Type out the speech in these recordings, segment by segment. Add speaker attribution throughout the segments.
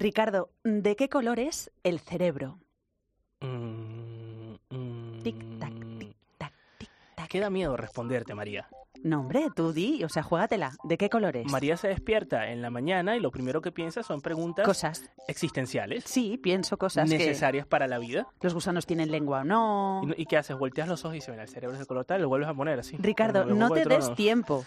Speaker 1: Ricardo, ¿de qué color es el cerebro?
Speaker 2: Mm, mm,
Speaker 1: Tic, tac, tic, tac, tic, tac.
Speaker 2: Queda miedo responderte, María.
Speaker 1: No, hombre, tú di, o sea, juégatela. ¿De qué color es?
Speaker 2: María se despierta en la mañana y lo primero que piensa son preguntas
Speaker 1: Cosas.
Speaker 2: existenciales,
Speaker 1: Sí, pienso cosas que...
Speaker 2: necesarias para la vida.
Speaker 1: ¿Los gusanos tienen lengua o no?
Speaker 2: ¿Y, no- y qué haces? Volteas los ojos y se ven el cerebro es de color tal, lo vuelves a poner así.
Speaker 1: Ricardo,
Speaker 2: Como de
Speaker 1: no
Speaker 2: Juego
Speaker 1: te
Speaker 2: de
Speaker 1: des
Speaker 2: Tronos.
Speaker 1: tiempo.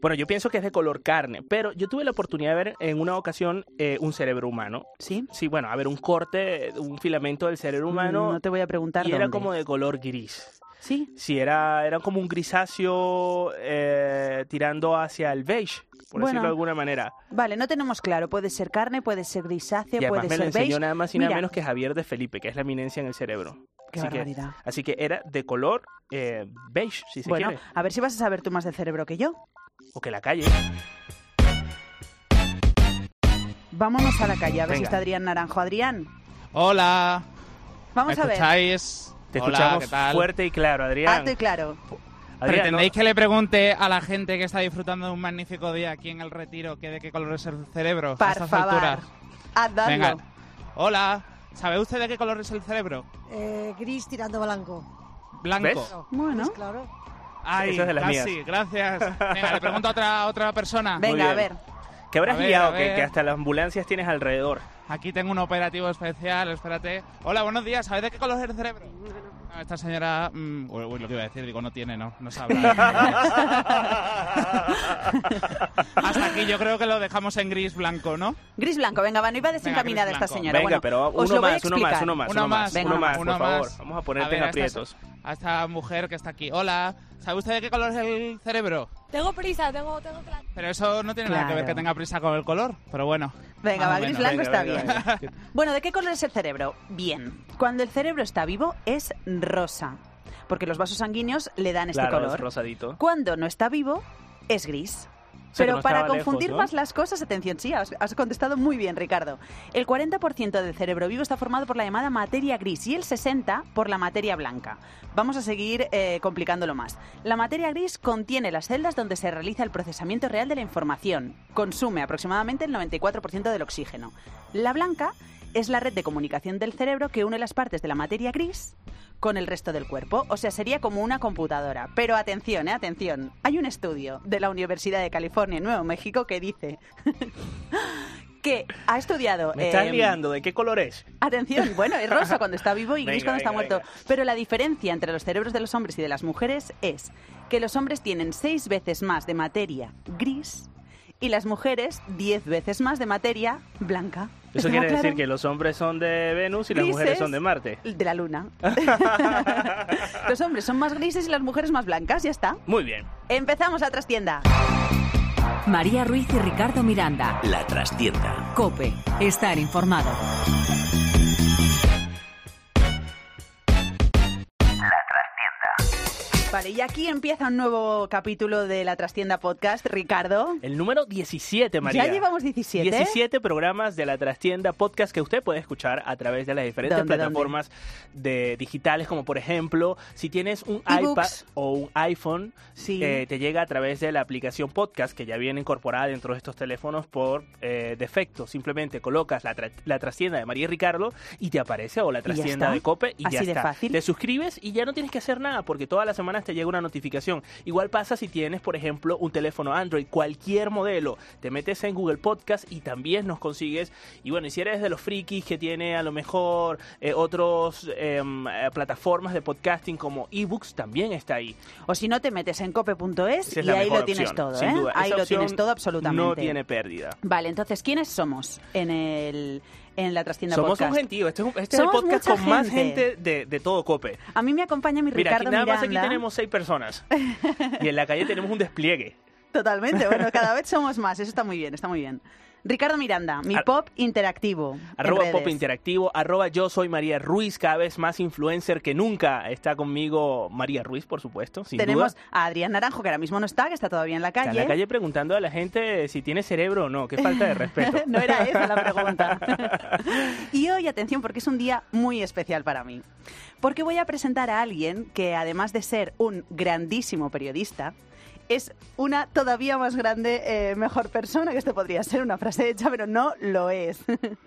Speaker 2: Bueno, yo pienso que es de color carne, pero yo tuve la oportunidad de ver en una ocasión eh, un cerebro humano.
Speaker 1: ¿Sí?
Speaker 2: Sí, bueno, a ver, un corte, un filamento del cerebro humano
Speaker 1: Mm, No te voy a preguntar
Speaker 2: y era
Speaker 1: dónde.
Speaker 2: como de color gris.
Speaker 1: Sí.
Speaker 2: Sí, era, era como un grisáceo eh, tirando hacia el beige, por
Speaker 1: Bueno.
Speaker 2: decirlo de alguna manera.
Speaker 1: Vale, no tenemos claro. Puede ser carne, puede ser grisáceo,
Speaker 2: Y además
Speaker 1: puede
Speaker 2: me lo
Speaker 1: ser
Speaker 2: enseñó
Speaker 1: beige.
Speaker 2: nada más y nada
Speaker 1: Mira.
Speaker 2: menos que Javier de Felipe, que es la eminencia en el cerebro.
Speaker 1: Qué
Speaker 2: Así que-
Speaker 1: barbaridad.
Speaker 2: Así que era de color eh, beige, si se
Speaker 1: Bueno,
Speaker 2: quiere,
Speaker 1: a ver si vas a saber tú más del cerebro que yo.
Speaker 2: o que la calle.
Speaker 1: Vámonos a la calle, a ver si
Speaker 2: Venga.
Speaker 1: está Adrián Naranjo. Adrián,
Speaker 3: Hola.
Speaker 1: vamos
Speaker 3: ¿Me
Speaker 1: a ver.
Speaker 3: escucháis?
Speaker 2: Te
Speaker 3: Hola,
Speaker 2: escuchamos
Speaker 3: ¿qué tal?
Speaker 2: fuerte y claro, Adrián.
Speaker 1: Alto y claro.
Speaker 2: Adrián,
Speaker 3: ¿Pretendéis
Speaker 2: no-
Speaker 3: que le pregunte a la gente que está disfrutando de un magnífico día aquí en el retiro que de qué color es el cerebro a
Speaker 1: Por
Speaker 3: estas
Speaker 1: favor.
Speaker 3: alturas?
Speaker 1: Hazlo.
Speaker 3: Venga. Hola. ¿Sabe usted de qué color es el cerebro?
Speaker 4: Eh, gris tirando a blanco.
Speaker 3: Blanco.
Speaker 2: ¿Ves?
Speaker 1: Bueno,
Speaker 4: Pues claro.
Speaker 3: Ay,
Speaker 2: Esa es de las
Speaker 3: casi,
Speaker 2: mías.
Speaker 3: gracias. Venga, le pregunto a otra, a otra persona.
Speaker 2: Muy
Speaker 1: venga, a
Speaker 2: bien.
Speaker 1: ver.
Speaker 2: Que habrás
Speaker 3: A ver,
Speaker 2: liado,
Speaker 3: a
Speaker 2: que,
Speaker 3: ver.
Speaker 2: que hasta las ambulancias tienes alrededor.
Speaker 3: Aquí tengo un operativo especial, espérate. Hola, buenos días. ¿Sabes de qué color es el cerebro? Ah, Esta señora, mm, uy, uy, lo que iba a decir, digo, no tiene, no, no sabe. Hasta aquí yo creo que lo dejamos en gris blanco, ¿no?
Speaker 1: Gris blanco, venga, va, no iba
Speaker 3: Venga,
Speaker 1: desencaminada
Speaker 3: gris
Speaker 1: esta
Speaker 3: blanco.
Speaker 1: señora.
Speaker 2: Venga,
Speaker 1: bueno,
Speaker 2: pero
Speaker 1: os
Speaker 2: uno
Speaker 1: lo voy a
Speaker 2: más, uno más,
Speaker 1: explicar.
Speaker 2: uno más,
Speaker 3: Uno
Speaker 2: uno más,
Speaker 3: más,
Speaker 2: uno
Speaker 1: venga,
Speaker 2: más,
Speaker 3: uno
Speaker 2: por favor.
Speaker 3: más.
Speaker 2: Vamos a ponerte
Speaker 3: A ver, este
Speaker 2: en
Speaker 3: a esta
Speaker 2: aprietos.
Speaker 3: A esta mujer que está aquí. Hola, ¿sabe usted de qué color es el cerebro?
Speaker 5: Tengo prisa, tengo, tengo clase.
Speaker 3: Pero eso no tiene nada que ver
Speaker 1: Claro.
Speaker 3: que tenga prisa con el color, pero bueno.
Speaker 1: Venga,
Speaker 3: más
Speaker 1: va,
Speaker 3: o
Speaker 1: gris
Speaker 3: menos.
Speaker 1: blanco
Speaker 2: Ah, Venga,
Speaker 1: está
Speaker 2: venga, Mm.
Speaker 1: bien. Bueno, ¿de qué color es el cerebro? Bien. Cuando el cerebro está vivo es rosa, porque los vasos sanguíneos le dan este
Speaker 2: Claro,
Speaker 1: color.
Speaker 2: es rosadito.
Speaker 1: Cuando no está vivo, es gris.
Speaker 2: O sea, que
Speaker 1: Pero
Speaker 2: no
Speaker 1: para
Speaker 2: estaba lejos,
Speaker 1: confundir
Speaker 2: ¿no?
Speaker 1: más las cosas, atención, sí, has, has contestado muy bien, Ricardo. El 40% del cerebro vivo está formado por la llamada materia gris y el 60% por la materia blanca. Vamos a seguir eh, complicándolo más. La materia gris contiene las celdas donde se realiza el procesamiento real de la información. Consume aproximadamente el 94% del oxígeno. La blanca es la red de comunicación del cerebro que une las partes de la materia gris con el resto del cuerpo, o sea, sería como una computadora. Pero atención, eh, atención. Hay un estudio de la Universidad de California en Nuevo México que dice que ha estudiado...
Speaker 2: Me estás
Speaker 1: em,
Speaker 2: liando, ¿de qué color es?
Speaker 1: Atención, bueno, es rosa cuando está vivo y gris
Speaker 2: Venga,
Speaker 1: cuando está
Speaker 2: venga,
Speaker 1: muerto.
Speaker 2: venga.
Speaker 1: Pero la diferencia entre los cerebros de los hombres y de las mujeres es que los hombres tienen seis veces más de materia gris y las mujeres diez veces más de materia blanca.
Speaker 2: Eso
Speaker 1: ¿Lo tengo
Speaker 2: quiere decir
Speaker 1: claro?
Speaker 2: que los hombres son de Venus y las
Speaker 1: Grises.
Speaker 2: mujeres son de Marte.
Speaker 1: De la luna. los hombres son más grises y las mujeres más blancas, ya está.
Speaker 2: Muy bien.
Speaker 1: Empezamos la trastienda.
Speaker 6: María Ruiz y Ricardo Miranda.
Speaker 7: La trastienda.
Speaker 6: Cope. Estar informado.
Speaker 1: Vale, y aquí empieza un nuevo capítulo de la trastienda podcast, Ricardo.
Speaker 2: El número 17, María.
Speaker 1: Ya llevamos 17.
Speaker 2: 17 programas de la Trastienda Podcast que usted puede escuchar a través de las diferentes
Speaker 1: ¿Dónde,
Speaker 2: plataformas de digitales, como por ejemplo, si tienes un
Speaker 1: E-books.
Speaker 2: iPad o un iPhone,
Speaker 1: Sí.
Speaker 2: eh, te llega a través de la aplicación Podcast que ya viene incorporada dentro de estos teléfonos por eh, defecto. Simplemente colocas la, tra- la Trastienda de María y Ricardo y te aparece o la Trastienda
Speaker 1: está.
Speaker 2: de Cope y ya
Speaker 1: Así de
Speaker 2: está.
Speaker 1: fácil.
Speaker 2: Te suscribes y ya no tienes que hacer nada porque todas las semanas te llega una notificación. Igual pasa si tienes, por ejemplo, un teléfono Android, cualquier modelo. Te metes en Google Podcast y también nos consigues. Y bueno, y si eres de los frikis que tiene a lo mejor eh, otras eh, plataformas de podcasting como ebooks, también está ahí.
Speaker 1: O si no, te metes en cope.es
Speaker 2: Esa es
Speaker 1: y
Speaker 2: la
Speaker 1: ahí
Speaker 2: mejor
Speaker 1: lo tienes
Speaker 2: opción,
Speaker 1: todo,
Speaker 2: sin
Speaker 1: ¿eh?
Speaker 2: duda.
Speaker 1: Ahí
Speaker 2: Esa
Speaker 1: lo
Speaker 2: opción
Speaker 1: tienes todo absolutamente.
Speaker 2: No tiene pérdida.
Speaker 1: Vale, entonces, ¿quiénes somos en, el, en la trastienda
Speaker 2: Somos
Speaker 1: podcast?
Speaker 2: un gentío. Este es, un- este es el
Speaker 1: Somos
Speaker 2: podcast
Speaker 1: mucha
Speaker 2: con más
Speaker 1: gente.
Speaker 2: gente de, de todo Cope.
Speaker 1: A mí me acompaña mi
Speaker 2: Mira, aquí
Speaker 1: Ricardo
Speaker 2: nada más aquí
Speaker 1: Miranda.
Speaker 2: tenemos seis personas. y en la calle tenemos un despliegue.
Speaker 1: Totalmente, bueno, cada vez somos más, eso está muy bien, está muy bien. Ricardo Miranda, mi
Speaker 2: Ar-
Speaker 1: pop interactivo. en
Speaker 2: Arroba
Speaker 1: redes.
Speaker 2: Pop Interactivo, arroba yo soy María Ruiz, cada vez más influencer que nunca. Está conmigo María Ruiz, por supuesto, sin
Speaker 1: Tenemos
Speaker 2: duda.
Speaker 1: a Adrián Naranjo, que ahora mismo no está, que está todavía en la
Speaker 2: Está
Speaker 1: calle.
Speaker 2: en la calle preguntando a la gente si tiene cerebro o no. Qué falta de respeto.
Speaker 1: no era esa la pregunta. y hoy, atención, porque es un día muy especial para mí. Porque voy a presentar a alguien que, además de ser un grandísimo periodista, es una todavía más grande, eh, mejor persona, que esto podría ser una frase hecha, pero no lo es.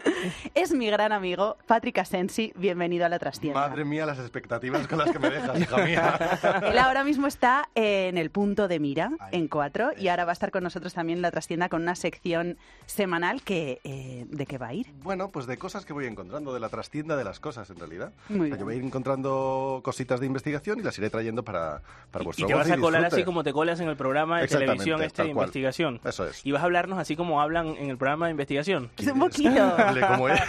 Speaker 1: es mi gran amigo, Patrick Asensi, bienvenido a la trastienda.
Speaker 7: Madre mía, las expectativas con las que me dejas, hija mía.
Speaker 1: Él ahora mismo está eh, en el punto de mira,
Speaker 7: Ahí,
Speaker 1: en cuatro, y
Speaker 7: eso.
Speaker 1: ahora va a estar con nosotros también en la trastienda con una sección semanal que... eh, ¿De qué va a ir?
Speaker 7: Bueno, pues de cosas que voy encontrando, de la trastienda de las cosas, en realidad.
Speaker 1: Muy
Speaker 7: O sea,
Speaker 1: bien.
Speaker 7: yo voy a ir encontrando cositas de investigación y las iré trayendo para, para
Speaker 2: Y
Speaker 7: vuestro
Speaker 2: te vas
Speaker 7: goce
Speaker 2: a colar
Speaker 7: disfrute.
Speaker 2: así como te colas en el programa de
Speaker 7: Exactamente,
Speaker 2: televisión este de
Speaker 7: tal cual.
Speaker 2: investigación.
Speaker 7: Eso es.
Speaker 2: Y vas a hablarnos así como hablan en el programa de investigación.
Speaker 1: Es un poquillo.
Speaker 7: Hable como es.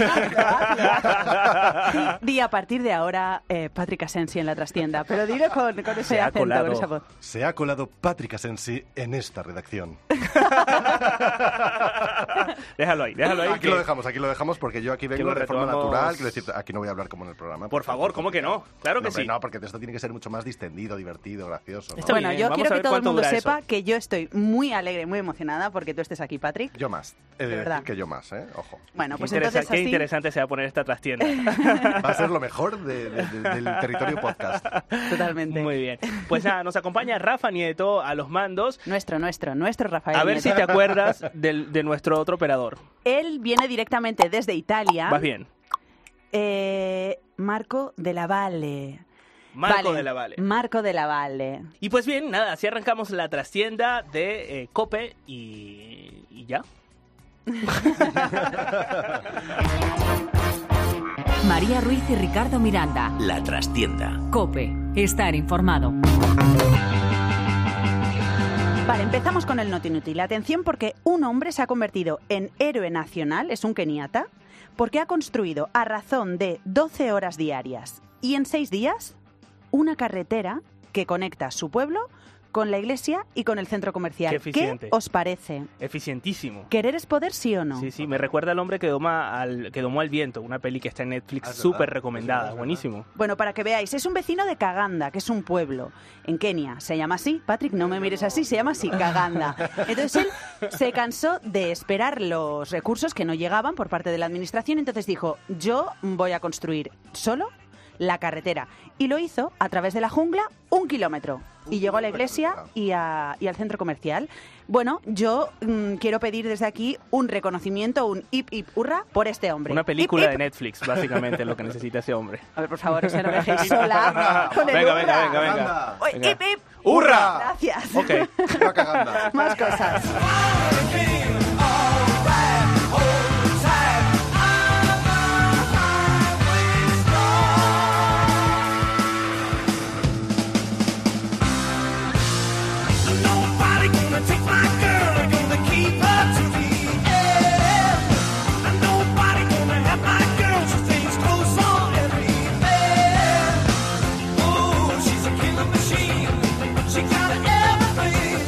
Speaker 1: Di a partir de ahora eh, Patrick Asensi en la trastienda, pero dilo con, con ese
Speaker 2: Se ha
Speaker 1: acento,
Speaker 2: colado.
Speaker 1: con esa voz.
Speaker 7: Se ha colado Patrick Asensi en esta redacción.
Speaker 2: Ah, déjalo ahí, déjalo ahí.
Speaker 7: Aquí
Speaker 2: que-
Speaker 7: lo dejamos, aquí lo dejamos porque yo aquí
Speaker 2: lo
Speaker 7: vengo de forma
Speaker 2: retomamos.
Speaker 7: natural. Quiero decir, aquí no voy a hablar como en el programa.
Speaker 2: Por favor, ¿cómo que no? Claro que
Speaker 7: No, hombre,
Speaker 2: sí.
Speaker 7: No, porque esto tiene que ser mucho más distendido, divertido, gracioso. ¿no?
Speaker 2: Está
Speaker 1: bueno,
Speaker 2: bien,
Speaker 1: yo
Speaker 2: vamos a
Speaker 1: quiero que
Speaker 2: ver
Speaker 1: todo el
Speaker 2: cuánto
Speaker 1: mundo
Speaker 2: dura eso.
Speaker 1: sepa que yo estoy muy alegre, muy emocionada porque tú estés aquí, Patrick.
Speaker 7: Yo más. He
Speaker 1: De
Speaker 7: de
Speaker 1: verdad.
Speaker 7: decir que yo más, ¿eh? Ojo.
Speaker 1: Bueno, pues
Speaker 2: Interesa-
Speaker 1: entonces
Speaker 2: Qué
Speaker 1: así...
Speaker 2: interesante se va a poner esta trastienda.
Speaker 7: Va a ser lo mejor de- de- de- del territorio podcast.
Speaker 1: Totalmente.
Speaker 2: Muy bien. Pues nada, nos acompaña Rafa Nieto a los mandos.
Speaker 1: Nuestro, nuestro, nuestro Rafael.
Speaker 2: A ver si
Speaker 1: Nieto.
Speaker 2: te acuerdas del- de nuestro otro operador.
Speaker 1: Él viene directamente desde Italia.
Speaker 2: Vas bien.
Speaker 1: Eh, Marco de la Valle.
Speaker 2: Marco de la Vale.
Speaker 1: Marco de la Valle.
Speaker 2: Y pues bien, nada, así arrancamos la trastienda de eh, Cope y, y ya.
Speaker 6: María Ruiz y Ricardo Miranda.
Speaker 8: La trastienda.
Speaker 6: Cope. Estar informado.
Speaker 1: Vale, empezamos con el notinútil. Atención porque un hombre se ha convertido en héroe nacional, es un keniata, porque ha construido a razón de 12 horas diarias y en 6 días una carretera que conecta su pueblo con la iglesia y con el centro comercial.
Speaker 2: Qué eficiente.
Speaker 1: os parece?
Speaker 2: Eficientísimo.
Speaker 1: ¿Querer es poder, sí o no?
Speaker 2: Sí, sí, me recuerda al hombre que doma al que domó al viento, una peli que está en Netflix
Speaker 7: Ah, es verdad.
Speaker 2: súper
Speaker 7: Es
Speaker 2: recomendada,
Speaker 7: verdad, es
Speaker 2: buenísimo.
Speaker 1: Bueno, para que veáis, es un vecino de Kaganda, que es un pueblo en Kenia. Se llama así, Patrick, no me mires así, se llama así, Kaganda. Entonces él se cansó de esperar los recursos que no llegaban por parte de la administración, entonces dijo, yo voy a construir solo la carretera. Y lo hizo a través de la jungla un kilómetro. Y
Speaker 7: Un
Speaker 1: llegó a la
Speaker 7: kilómetro,
Speaker 1: iglesia
Speaker 7: claro.
Speaker 1: y, a- y al centro comercial. Bueno, yo mm, quiero pedir desde aquí un reconocimiento, un hip hip hurra por este hombre.
Speaker 2: Una
Speaker 1: Hip,
Speaker 2: película
Speaker 1: hip,
Speaker 2: de Netflix, básicamente, lo que necesita ese hombre.
Speaker 1: a ver, por favor, o sea, no me dejéis sola con el
Speaker 2: Venga,
Speaker 1: hurra.
Speaker 2: venga, venga, venga.
Speaker 7: Anda.
Speaker 1: Oye,
Speaker 2: venga.
Speaker 1: hip, hip.
Speaker 7: ¡Hurra!
Speaker 1: Gracias.
Speaker 2: Ok.
Speaker 7: Va cagando.
Speaker 1: Más cosas.
Speaker 8: Nobody gonna take my girl, gonna keep her to the end. And nobody gonna have my girl, she stays close on every man. Oh, she's a killing machine, she got everything.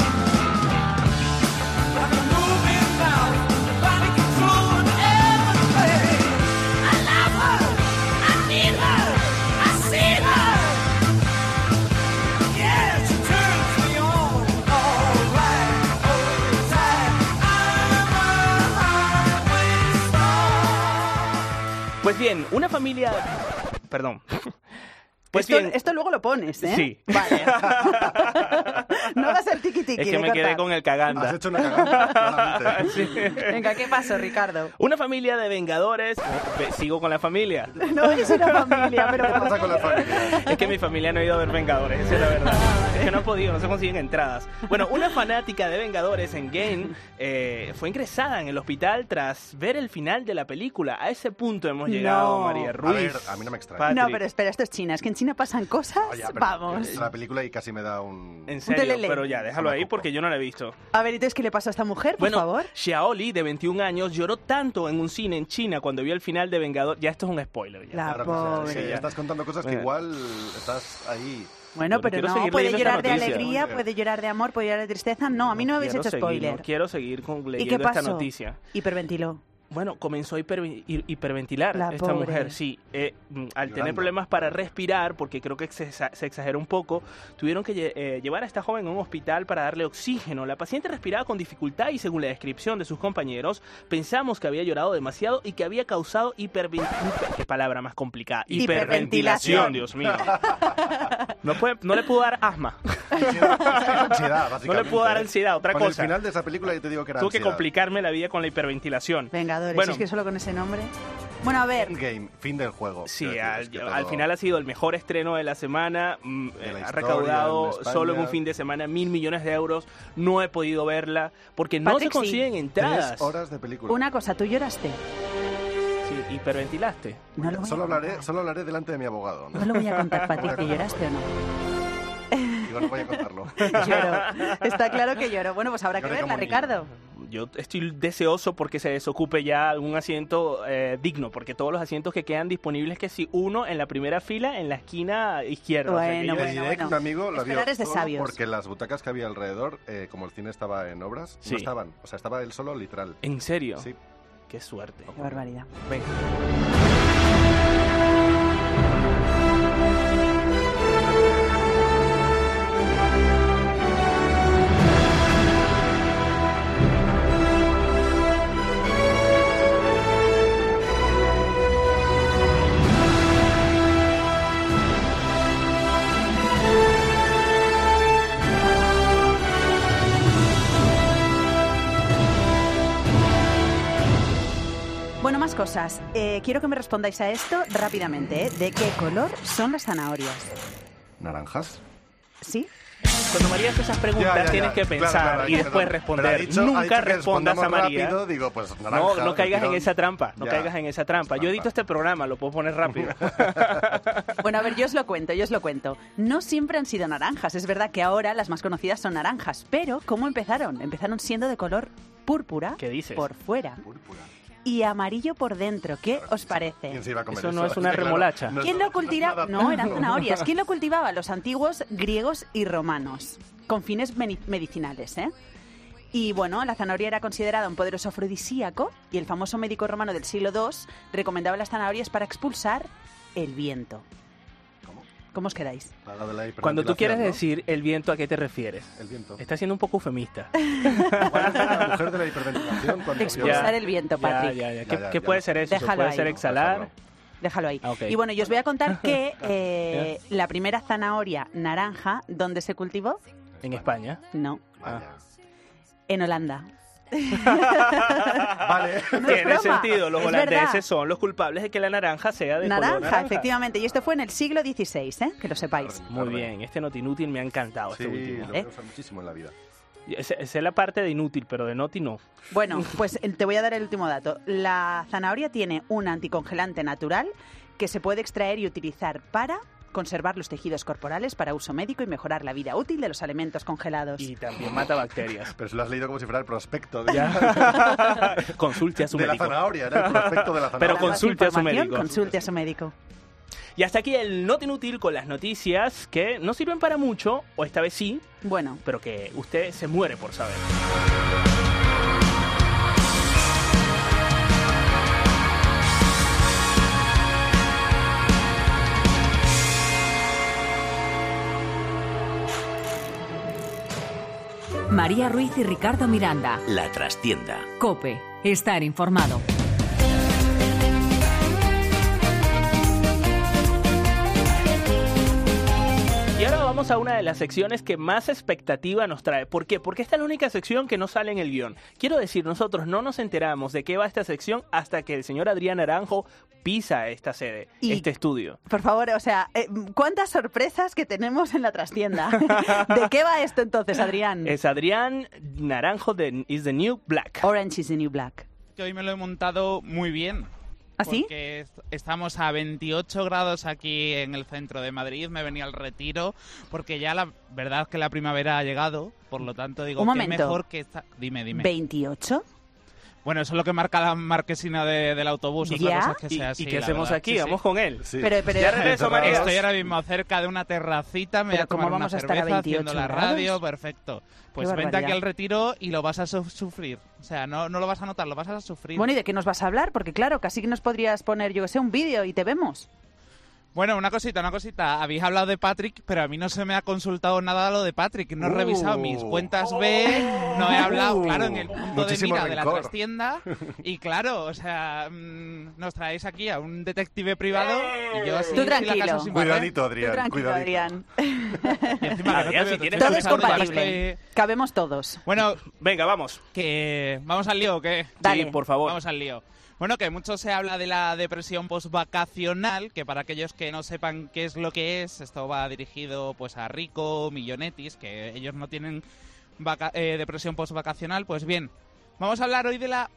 Speaker 8: Like a moving now, body control and everything. I love her, I need her, I see her. Yeah, she turns me on. All right, all right. I'm a highway star.
Speaker 2: Pues bien, una familia. Perdón. Pues
Speaker 1: esto,
Speaker 2: bien.
Speaker 1: esto luego lo pones, ¿eh?
Speaker 2: Sí.
Speaker 1: Vale. no va a ser tiki tiki.
Speaker 2: Es que me quedé con el
Speaker 7: Has
Speaker 2: caganda.
Speaker 7: hecho una cagada. claramente.
Speaker 1: Venga, ¿qué pasó, Ricardo?
Speaker 2: Una familia de vengadores. Ve- Sigo con la familia.
Speaker 1: No es una familia, pero
Speaker 7: ¿Qué pasa con la familia?
Speaker 2: Es que mi familia no ha ido a ver Vengadores, esa es la verdad. Es que no ha podido, no se consiguen entradas. Bueno, una fanática de Vengadores en Game eh, fue ingresada en el hospital tras ver el final de la película. A ese punto hemos llegado,
Speaker 1: No.
Speaker 2: María
Speaker 1: A
Speaker 2: Ruiz.
Speaker 7: ver, a mí no me extraña.
Speaker 2: Patrick.
Speaker 1: No, pero espera, esto es China. Es que en China pasan cosas.
Speaker 7: Oye, pero
Speaker 1: Vamos.
Speaker 7: es La película y casi me da un...
Speaker 2: En
Speaker 1: telele.
Speaker 2: serio, pero ya, déjalo
Speaker 7: Me
Speaker 2: ahí
Speaker 7: ocupo.
Speaker 2: porque yo no la he visto.
Speaker 1: A ver, entonces, ¿qué le pasó a esta mujer, por
Speaker 2: bueno,
Speaker 1: favor?
Speaker 2: Xiaoli, de 21 años, lloró tanto en un cine en China cuando vio el final de Vengadores. Ya esto es un spoiler. ya.
Speaker 1: La
Speaker 7: Claro, o sea,
Speaker 1: pobre.
Speaker 7: sí, ya estás contando cosas que
Speaker 2: Bueno.
Speaker 7: igual estás ahí.
Speaker 1: Bueno,
Speaker 2: Yo
Speaker 1: pero
Speaker 2: quiero
Speaker 1: no,
Speaker 2: seguir
Speaker 1: puede
Speaker 2: leyendo esta
Speaker 1: llorar de
Speaker 2: noticia.
Speaker 1: alegría, puede llorar de amor, puede llorar de tristeza. No, a mí no, me habéis
Speaker 2: Quiero
Speaker 1: hecho
Speaker 2: seguir,
Speaker 1: spoiler.
Speaker 2: no quiero seguir con
Speaker 1: ¿Y qué
Speaker 2: leyendo
Speaker 1: pasó?
Speaker 2: esta noticia.
Speaker 1: Hiperventiló.
Speaker 2: Bueno, comenzó a hiperve- hi- hiperventilar
Speaker 1: La
Speaker 2: esta
Speaker 1: pobre.
Speaker 2: mujer, sí. Eh, mm, al tener
Speaker 7: Llorando.
Speaker 2: problemas para respirar, porque creo que se, exa- se exageró un poco, tuvieron que lle- eh, llevar a esta joven a un hospital para darle oxígeno. La paciente respiraba con dificultad y según la descripción de sus compañeros, pensamos que había llorado demasiado y que había causado hiperventilación. Qué palabra más complicada.
Speaker 1: Hiperventilación.
Speaker 2: Dios mío. No, puede- no le pudo dar asma.
Speaker 7: ansiedad, ansiedad,
Speaker 2: No le
Speaker 7: básicamente. ¿eh?
Speaker 2: puedo dar ansiedad, otra
Speaker 7: Con
Speaker 2: cosa.
Speaker 7: el final de esa película yo te digo que era
Speaker 2: Tuve que
Speaker 7: ansiedad.
Speaker 2: complicarme la vida con la hiperventilación.
Speaker 1: Vengadores,
Speaker 2: Bueno.
Speaker 1: es que solo con ese nombre. Bueno, a ver,
Speaker 7: Endgame, fin del juego.
Speaker 2: Sí,
Speaker 7: Quiero decir,
Speaker 2: al,
Speaker 7: es que
Speaker 2: al
Speaker 7: todo-
Speaker 2: final ha sido el mejor estreno de la semana. mm,
Speaker 7: De la
Speaker 2: eh, ha
Speaker 7: historia,
Speaker 2: recaudado
Speaker 7: en España.
Speaker 2: solo en un fin de semana mil millones de euros. No he podido verla porque no se
Speaker 1: Patrick, sí.
Speaker 2: consiguen entradas.
Speaker 7: Tres horas de película.
Speaker 1: una cosa, tú lloraste.
Speaker 2: Sí, hiperventilaste.
Speaker 1: No lo voy
Speaker 7: Eh, Solo
Speaker 1: a contar.
Speaker 7: hablaré, solo hablaré delante de mi abogado. ¿no?
Speaker 1: No lo voy a contar, Patrick, que
Speaker 7: Bueno,
Speaker 1: lloraste o no.
Speaker 7: Digo, no voy a contarlo.
Speaker 1: Lloro. Está claro que lloro. Bueno, pues habrá que
Speaker 7: Lloré
Speaker 1: verla,
Speaker 7: como un niño.
Speaker 1: Ricardo.
Speaker 2: Yo estoy deseoso porque se desocupe ya algún asiento eh, digno, porque todos los asientos que quedan disponibles que si uno en la primera fila en la esquina izquierda. o sea, que
Speaker 1: Bueno,
Speaker 2: yo-
Speaker 7: Te diré que un amigo la vio
Speaker 1: Esperar es de
Speaker 7: todo
Speaker 1: sabios.
Speaker 7: porque las butacas que había alrededor, eh, como el cine estaba en obras,
Speaker 2: Sí.
Speaker 7: no estaban. O sea, estaba él solo, literal.
Speaker 2: En serio,
Speaker 7: Sí.
Speaker 2: qué suerte.
Speaker 1: Qué barbaridad.
Speaker 2: Venga.
Speaker 1: Bueno, más cosas. Eh, quiero que me respondáis a esto rápidamente. ¿eh? ¿De qué color son las zanahorias?
Speaker 7: Naranjas.
Speaker 1: ¿Sí,
Speaker 2: Cuando María hace esas preguntas
Speaker 7: Ya, ya, ya.
Speaker 2: tienes que
Speaker 7: Claro,
Speaker 2: pensar
Speaker 7: claro, hay
Speaker 2: y
Speaker 7: que
Speaker 2: después
Speaker 7: pensar.
Speaker 2: responder.
Speaker 7: Pero ha dicho- ha dicho
Speaker 2: Nunca
Speaker 7: que
Speaker 2: respondas a
Speaker 7: respondamos
Speaker 2: María.
Speaker 7: rápido, digo, pues,
Speaker 2: No,
Speaker 7: naranja,
Speaker 2: no caigas en
Speaker 7: tirón.
Speaker 2: esa trampa, no
Speaker 7: Ya.
Speaker 2: caigas en esa trampa. Yo edito este programa, lo puedo poner rápido.
Speaker 1: Bueno, a ver, yo os lo cuento, yo os lo cuento. No siempre han sido naranjas, es verdad que ahora las más conocidas son naranjas, pero ¿cómo empezaron? Empezaron siendo de color púrpura
Speaker 2: ¿Qué dices?
Speaker 1: por fuera
Speaker 7: Púrpura.
Speaker 1: y amarillo por dentro. ¿Qué os
Speaker 7: ¿Quién
Speaker 1: parece?
Speaker 7: se iba a comer
Speaker 2: Eso no es una
Speaker 7: Claro,
Speaker 2: remolacha.
Speaker 7: no es-
Speaker 1: ¿Quién
Speaker 7: no
Speaker 1: lo
Speaker 7: es nada
Speaker 1: cultivaba? No, eran
Speaker 7: puro.
Speaker 1: zanahorias. ¿Quién lo cultivaba? Los antiguos griegos y romanos, con fines meni- medicinales, ¿eh? Y bueno, la zanahoria era considerada un poderoso afrodisíaco y el famoso médico romano del siglo II recomendaba las zanahorias para expulsar el viento.
Speaker 7: ¿Cómo?
Speaker 1: ¿Cómo os quedáis?
Speaker 7: La- la de la
Speaker 2: Cuando tú quieres
Speaker 7: hiperventilación,
Speaker 2: decir el viento, ¿a qué te refieres?
Speaker 7: ¿no? El viento.
Speaker 2: Está siendo un poco eufemista.
Speaker 7: ¿Cuál es la mujer de la hiperventilación? Cuando
Speaker 1: Expulsar
Speaker 7: viola?
Speaker 1: el viento,
Speaker 2: Ya,
Speaker 1: Patrick.
Speaker 2: ya, ya.
Speaker 7: Ya,
Speaker 2: ¿Qué,
Speaker 7: ya,
Speaker 2: qué
Speaker 7: ya.
Speaker 2: puede ser eso?
Speaker 1: Déjalo
Speaker 2: ¿Puede
Speaker 1: ahí.
Speaker 2: ser exhalar?
Speaker 7: Dejarlo.
Speaker 1: Déjalo ahí.
Speaker 2: Ah, ok.
Speaker 1: Y bueno, yo os voy a contar que eh, la primera zanahoria naranja, ¿dónde se cultivó?
Speaker 2: En España. Ah.
Speaker 1: No,
Speaker 7: Vaya.
Speaker 1: en Holanda.
Speaker 7: Vale.
Speaker 2: Tiene
Speaker 1: broma,
Speaker 2: sentido, los
Speaker 1: es
Speaker 2: holandeses
Speaker 1: verdad.
Speaker 2: son los culculpables de que la naranja sea de
Speaker 1: naranja,
Speaker 2: color naranja.
Speaker 1: efectivamente. Y esto fue en el siglo XVI, ¿eh? que lo sepáis.
Speaker 2: Muy
Speaker 7: Tarde.
Speaker 2: bien, este not inútil me ha encantado. este
Speaker 7: Sí, lo
Speaker 2: último.
Speaker 7: voy
Speaker 1: ¿eh?
Speaker 7: a usar muchísimo en la vida.
Speaker 2: Esa esa es la parte de inútil, pero de noti no.
Speaker 1: Bueno, pues eh, te voy a dar el último dato. La zanahoria tiene un anticongelante natural que se puede extraer y utilizar para conservar los tejidos corporales para uso médico y mejorar la vida útil de los alimentos congelados.
Speaker 2: Y también mata bacterias.
Speaker 7: Pero si lo has leído como si fuera el prospecto de,
Speaker 2: Ya. Consulte a su
Speaker 7: de la
Speaker 2: médico.
Speaker 7: zanahoria, era el prospecto de la zanahoria.
Speaker 1: Para
Speaker 2: Pero
Speaker 1: más
Speaker 2: consulte a su
Speaker 1: información,
Speaker 2: médico.
Speaker 1: Consulte a su médico.
Speaker 2: Y hasta aquí el Not Inútil con las noticias que no sirven para mucho, o esta vez sí,
Speaker 1: Bueno,
Speaker 2: pero que usted se muere por saber.
Speaker 6: María Ruiz y Ricardo Miranda.
Speaker 9: La trastienda.
Speaker 6: Cope. Estar informado.
Speaker 2: Y ahora vamos a una de las secciones que más expectativa nos trae. ¿Por qué? Porque esta es la única sección que no sale en el guión. Quiero decir, nosotros no nos enteramos de qué va esta sección hasta que el señor Adrián Naranjo pisa esta sede,
Speaker 1: Y-
Speaker 2: este estudio.
Speaker 1: Por favor, o sea, eh, cuántas sorpresas que tenemos en la trastienda. ¿De qué va esto entonces, Adrián?
Speaker 2: Es Adrián Naranjo de Is the New Black.
Speaker 1: Orange is the New Black. ¿Ah,
Speaker 3: Que hoy me lo he montado muy bien.
Speaker 1: ¿Así?
Speaker 3: Porque est- estamos a 28 grados aquí en el centro de Madrid. Me venía al retiro porque ya la verdad es que la primavera ha llegado. Por lo tanto, digo,
Speaker 1: Un
Speaker 3: que
Speaker 1: momento.
Speaker 3: mejor que esta. Dime, dime.
Speaker 1: ¿28?
Speaker 3: Bueno, eso es lo que marca la marquesina de- del autobús. Otra
Speaker 1: ¿Ya?
Speaker 3: cosa es que
Speaker 2: ¿Y,
Speaker 3: sea
Speaker 2: y
Speaker 3: así,
Speaker 2: qué
Speaker 3: la
Speaker 2: hacemos
Speaker 3: verdad.
Speaker 2: aquí?
Speaker 3: Sí, sí.
Speaker 2: Vamos con él.
Speaker 7: Sí.
Speaker 1: Pero, pero,
Speaker 2: Ya regreso,
Speaker 7: Encerrados.
Speaker 2: María.
Speaker 3: Estoy ahora mismo cerca de una terracita, me voy
Speaker 1: Pero
Speaker 3: a
Speaker 1: ¿cómo
Speaker 3: tomar una
Speaker 1: vamos a estar a
Speaker 3: cerveza haciendo
Speaker 1: 28
Speaker 3: la
Speaker 1: grados?
Speaker 3: radio, perfecto. Pues
Speaker 1: Qué
Speaker 3: vente
Speaker 1: barbaridad.
Speaker 3: aquí al retiro y lo vas a su- sufrir. O sea, no, no lo vas a notar, lo vas a sufrir.
Speaker 1: Bueno, ¿y de qué nos vas a hablar? Porque claro, casi que nos podrías poner, yo que sé, un vídeo y te vemos.
Speaker 3: Bueno, una cosita, una cosita. Habéis hablado de Patrick, pero a mí no se me ha consultado nada lo de Patrick. No he
Speaker 7: Uh.
Speaker 3: revisado mis cuentas B, no he
Speaker 1: Uh.
Speaker 3: hablado, claro, en el punto de
Speaker 7: Muchísimo
Speaker 3: mira de la
Speaker 7: rencor.
Speaker 3: trastienda. Y claro, o sea, mm, nos traéis aquí a un detective privado y yo así
Speaker 1: Tú
Speaker 3: si la caso
Speaker 1: tranquilo.
Speaker 3: sin barrer.
Speaker 7: Cuidadito,
Speaker 1: Tú
Speaker 7: Adrián,
Speaker 1: tranquilo,
Speaker 7: cuidadito.
Speaker 1: Adrián.
Speaker 3: Y encima que no te
Speaker 2: Adrián,
Speaker 3: veo,
Speaker 2: si
Speaker 3: te
Speaker 2: quieres
Speaker 3: estoy
Speaker 1: Todo es
Speaker 3: escuchando,
Speaker 1: compatible.
Speaker 3: estoy-
Speaker 1: Cabemos todos.
Speaker 3: Bueno,
Speaker 2: Venga, vamos.
Speaker 3: que vamos al lío, ¿o ¿qué?
Speaker 1: Dale.
Speaker 2: Sí, por favor.
Speaker 3: Vamos al lío. Bueno, que mucho se habla de la depresión postvacacional, que para aquellos que no sepan qué es lo que es, esto va dirigido pues a Rico, Millonetis, que ellos no tienen vaca- eh, depresión postvacacional. Pues bien, vamos a hablar hoy de la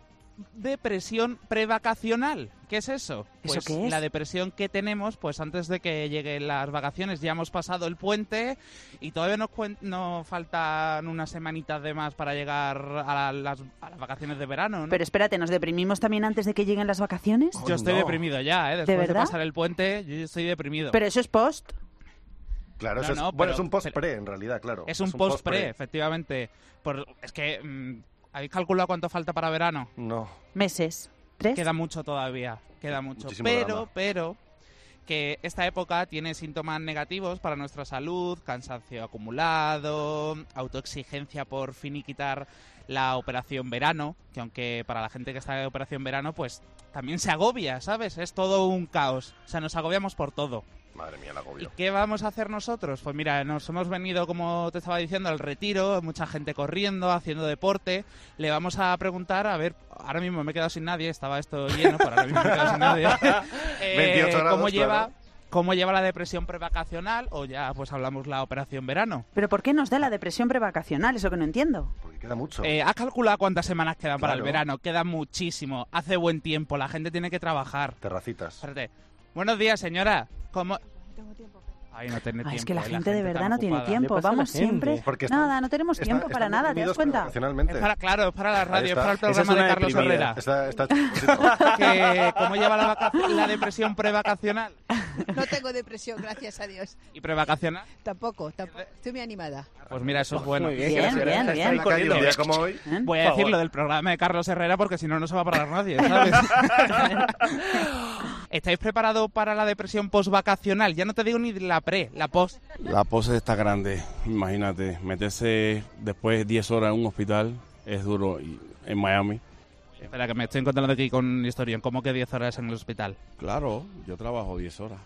Speaker 3: depresión prevacacional. ¿Qué es eso?
Speaker 1: ¿Eso
Speaker 3: Pues
Speaker 1: qué es?
Speaker 3: la depresión que tenemos, pues antes de que lleguen las vacaciones, ya hemos pasado el puente y todavía nos, cuen- nos faltan unas semanitas de más para llegar a las, a las vacaciones de verano, ¿no?
Speaker 1: Pero espérate, ¿nos deprimimos también antes de que lleguen las vacaciones?
Speaker 7: Oh,
Speaker 3: Yo estoy
Speaker 7: no.
Speaker 3: deprimido ya, ¿eh? Después de,
Speaker 1: verdad?
Speaker 3: pasar el puente, yo ya estoy deprimido.
Speaker 1: Pero eso es post.
Speaker 7: Claro, eso
Speaker 3: No,
Speaker 7: es,
Speaker 3: no,
Speaker 7: bueno,
Speaker 3: pero-
Speaker 7: es un post-pre, en realidad, claro.
Speaker 3: es un post-pre, efectivamente. Por- es que, mm, ¿habéis calculado cuánto falta para verano?
Speaker 7: No.
Speaker 1: Meses. ¿Tres?
Speaker 3: Queda mucho todavía, queda mucho.
Speaker 7: Muchísimo
Speaker 3: pero,
Speaker 7: drama.
Speaker 3: pero, que esta época tiene síntomas negativos para nuestra salud, cansancio acumulado, autoexigencia por finiquitar la operación verano, que aunque para la gente que está en operación verano, pues también se agobia, ¿sabes? Es todo un caos. O sea, nos agobiamos por todo.
Speaker 7: Madre mía, la
Speaker 3: ¿Y
Speaker 7: agobio.
Speaker 3: qué vamos a hacer nosotros? Pues mira, nos hemos venido, como te estaba diciendo, al retiro, mucha gente corriendo, haciendo deporte. Le vamos a preguntar, a ver, ahora mismo me he quedado sin nadie, estaba esto lleno, pero ahora mismo me he quedado sin nadie. Eh,
Speaker 7: 28 grados,
Speaker 3: ¿cómo, lleva,
Speaker 7: claro.
Speaker 3: ¿Cómo lleva la depresión prevacacional? O ya, pues hablamos la operación verano.
Speaker 1: ¿Pero por qué nos da la depresión prevacacional? Eso que no entiendo.
Speaker 7: Porque queda mucho.
Speaker 3: Eh, ¿Has calculado cuántas semanas quedan para el
Speaker 7: Claro.
Speaker 3: verano? Queda muchísimo, hace buen tiempo, la gente tiene que trabajar.
Speaker 7: Terracitas.
Speaker 3: Espérate. Buenos días, señora. ¿Cómo...?
Speaker 5: Tengo tiempo.
Speaker 3: Ay, no
Speaker 1: Ay,
Speaker 3: tiene
Speaker 1: es
Speaker 3: tiempo,
Speaker 1: que la
Speaker 3: eh,
Speaker 1: gente de verdad
Speaker 3: tan
Speaker 1: no tiene
Speaker 3: ocupada.
Speaker 1: tiempo.
Speaker 2: Le pasa a la
Speaker 1: Vamos
Speaker 2: gente.
Speaker 1: siempre.
Speaker 7: Porque están-
Speaker 1: nada, no tenemos
Speaker 7: Está-
Speaker 1: tiempo
Speaker 7: están
Speaker 1: para nada, ¿te das
Speaker 7: deprimidos
Speaker 1: cuenta?
Speaker 7: Relacionalmente.
Speaker 3: Es para, claro, es para la radio, es
Speaker 7: está.
Speaker 3: para el
Speaker 7: Esa
Speaker 2: es
Speaker 3: programa
Speaker 2: una
Speaker 3: de Carlos
Speaker 2: deprimida.
Speaker 3: Herrera.
Speaker 7: Está, está
Speaker 3: Que, ¿Cómo lleva la, vaca- la depresión prevacacional?
Speaker 9: No tengo depresión, gracias a Dios.
Speaker 3: ¿Y prevacacional?
Speaker 9: Tampoco, tampoco. Estoy muy animada.
Speaker 3: Pues mira, eso es bueno.
Speaker 2: Muy bien,
Speaker 1: Bien,
Speaker 7: ¿eh?
Speaker 2: gracias.
Speaker 1: bien,
Speaker 2: Está
Speaker 1: bien.
Speaker 2: ahí
Speaker 7: en la calle
Speaker 2: corriendo.
Speaker 7: un día como hoy.
Speaker 1: ¿Eh?
Speaker 3: Voy a
Speaker 2: Por
Speaker 3: decir
Speaker 2: favor.
Speaker 3: lo del programa de Carlos Herrera porque si no, no se va a parar nadie, ¿sabes? ¿Estáis preparados para la depresión postvacacional? Ya no te digo ni la pre, la post.
Speaker 10: La pose está grande, imagínate. Meterse después de 10 horas en un hospital es duro y- en Miami.
Speaker 3: Espera, que me estoy encontrando aquí con un historión. ¿Cómo que 10 horas en el hospital?
Speaker 10: Claro, yo trabajo 10 horas.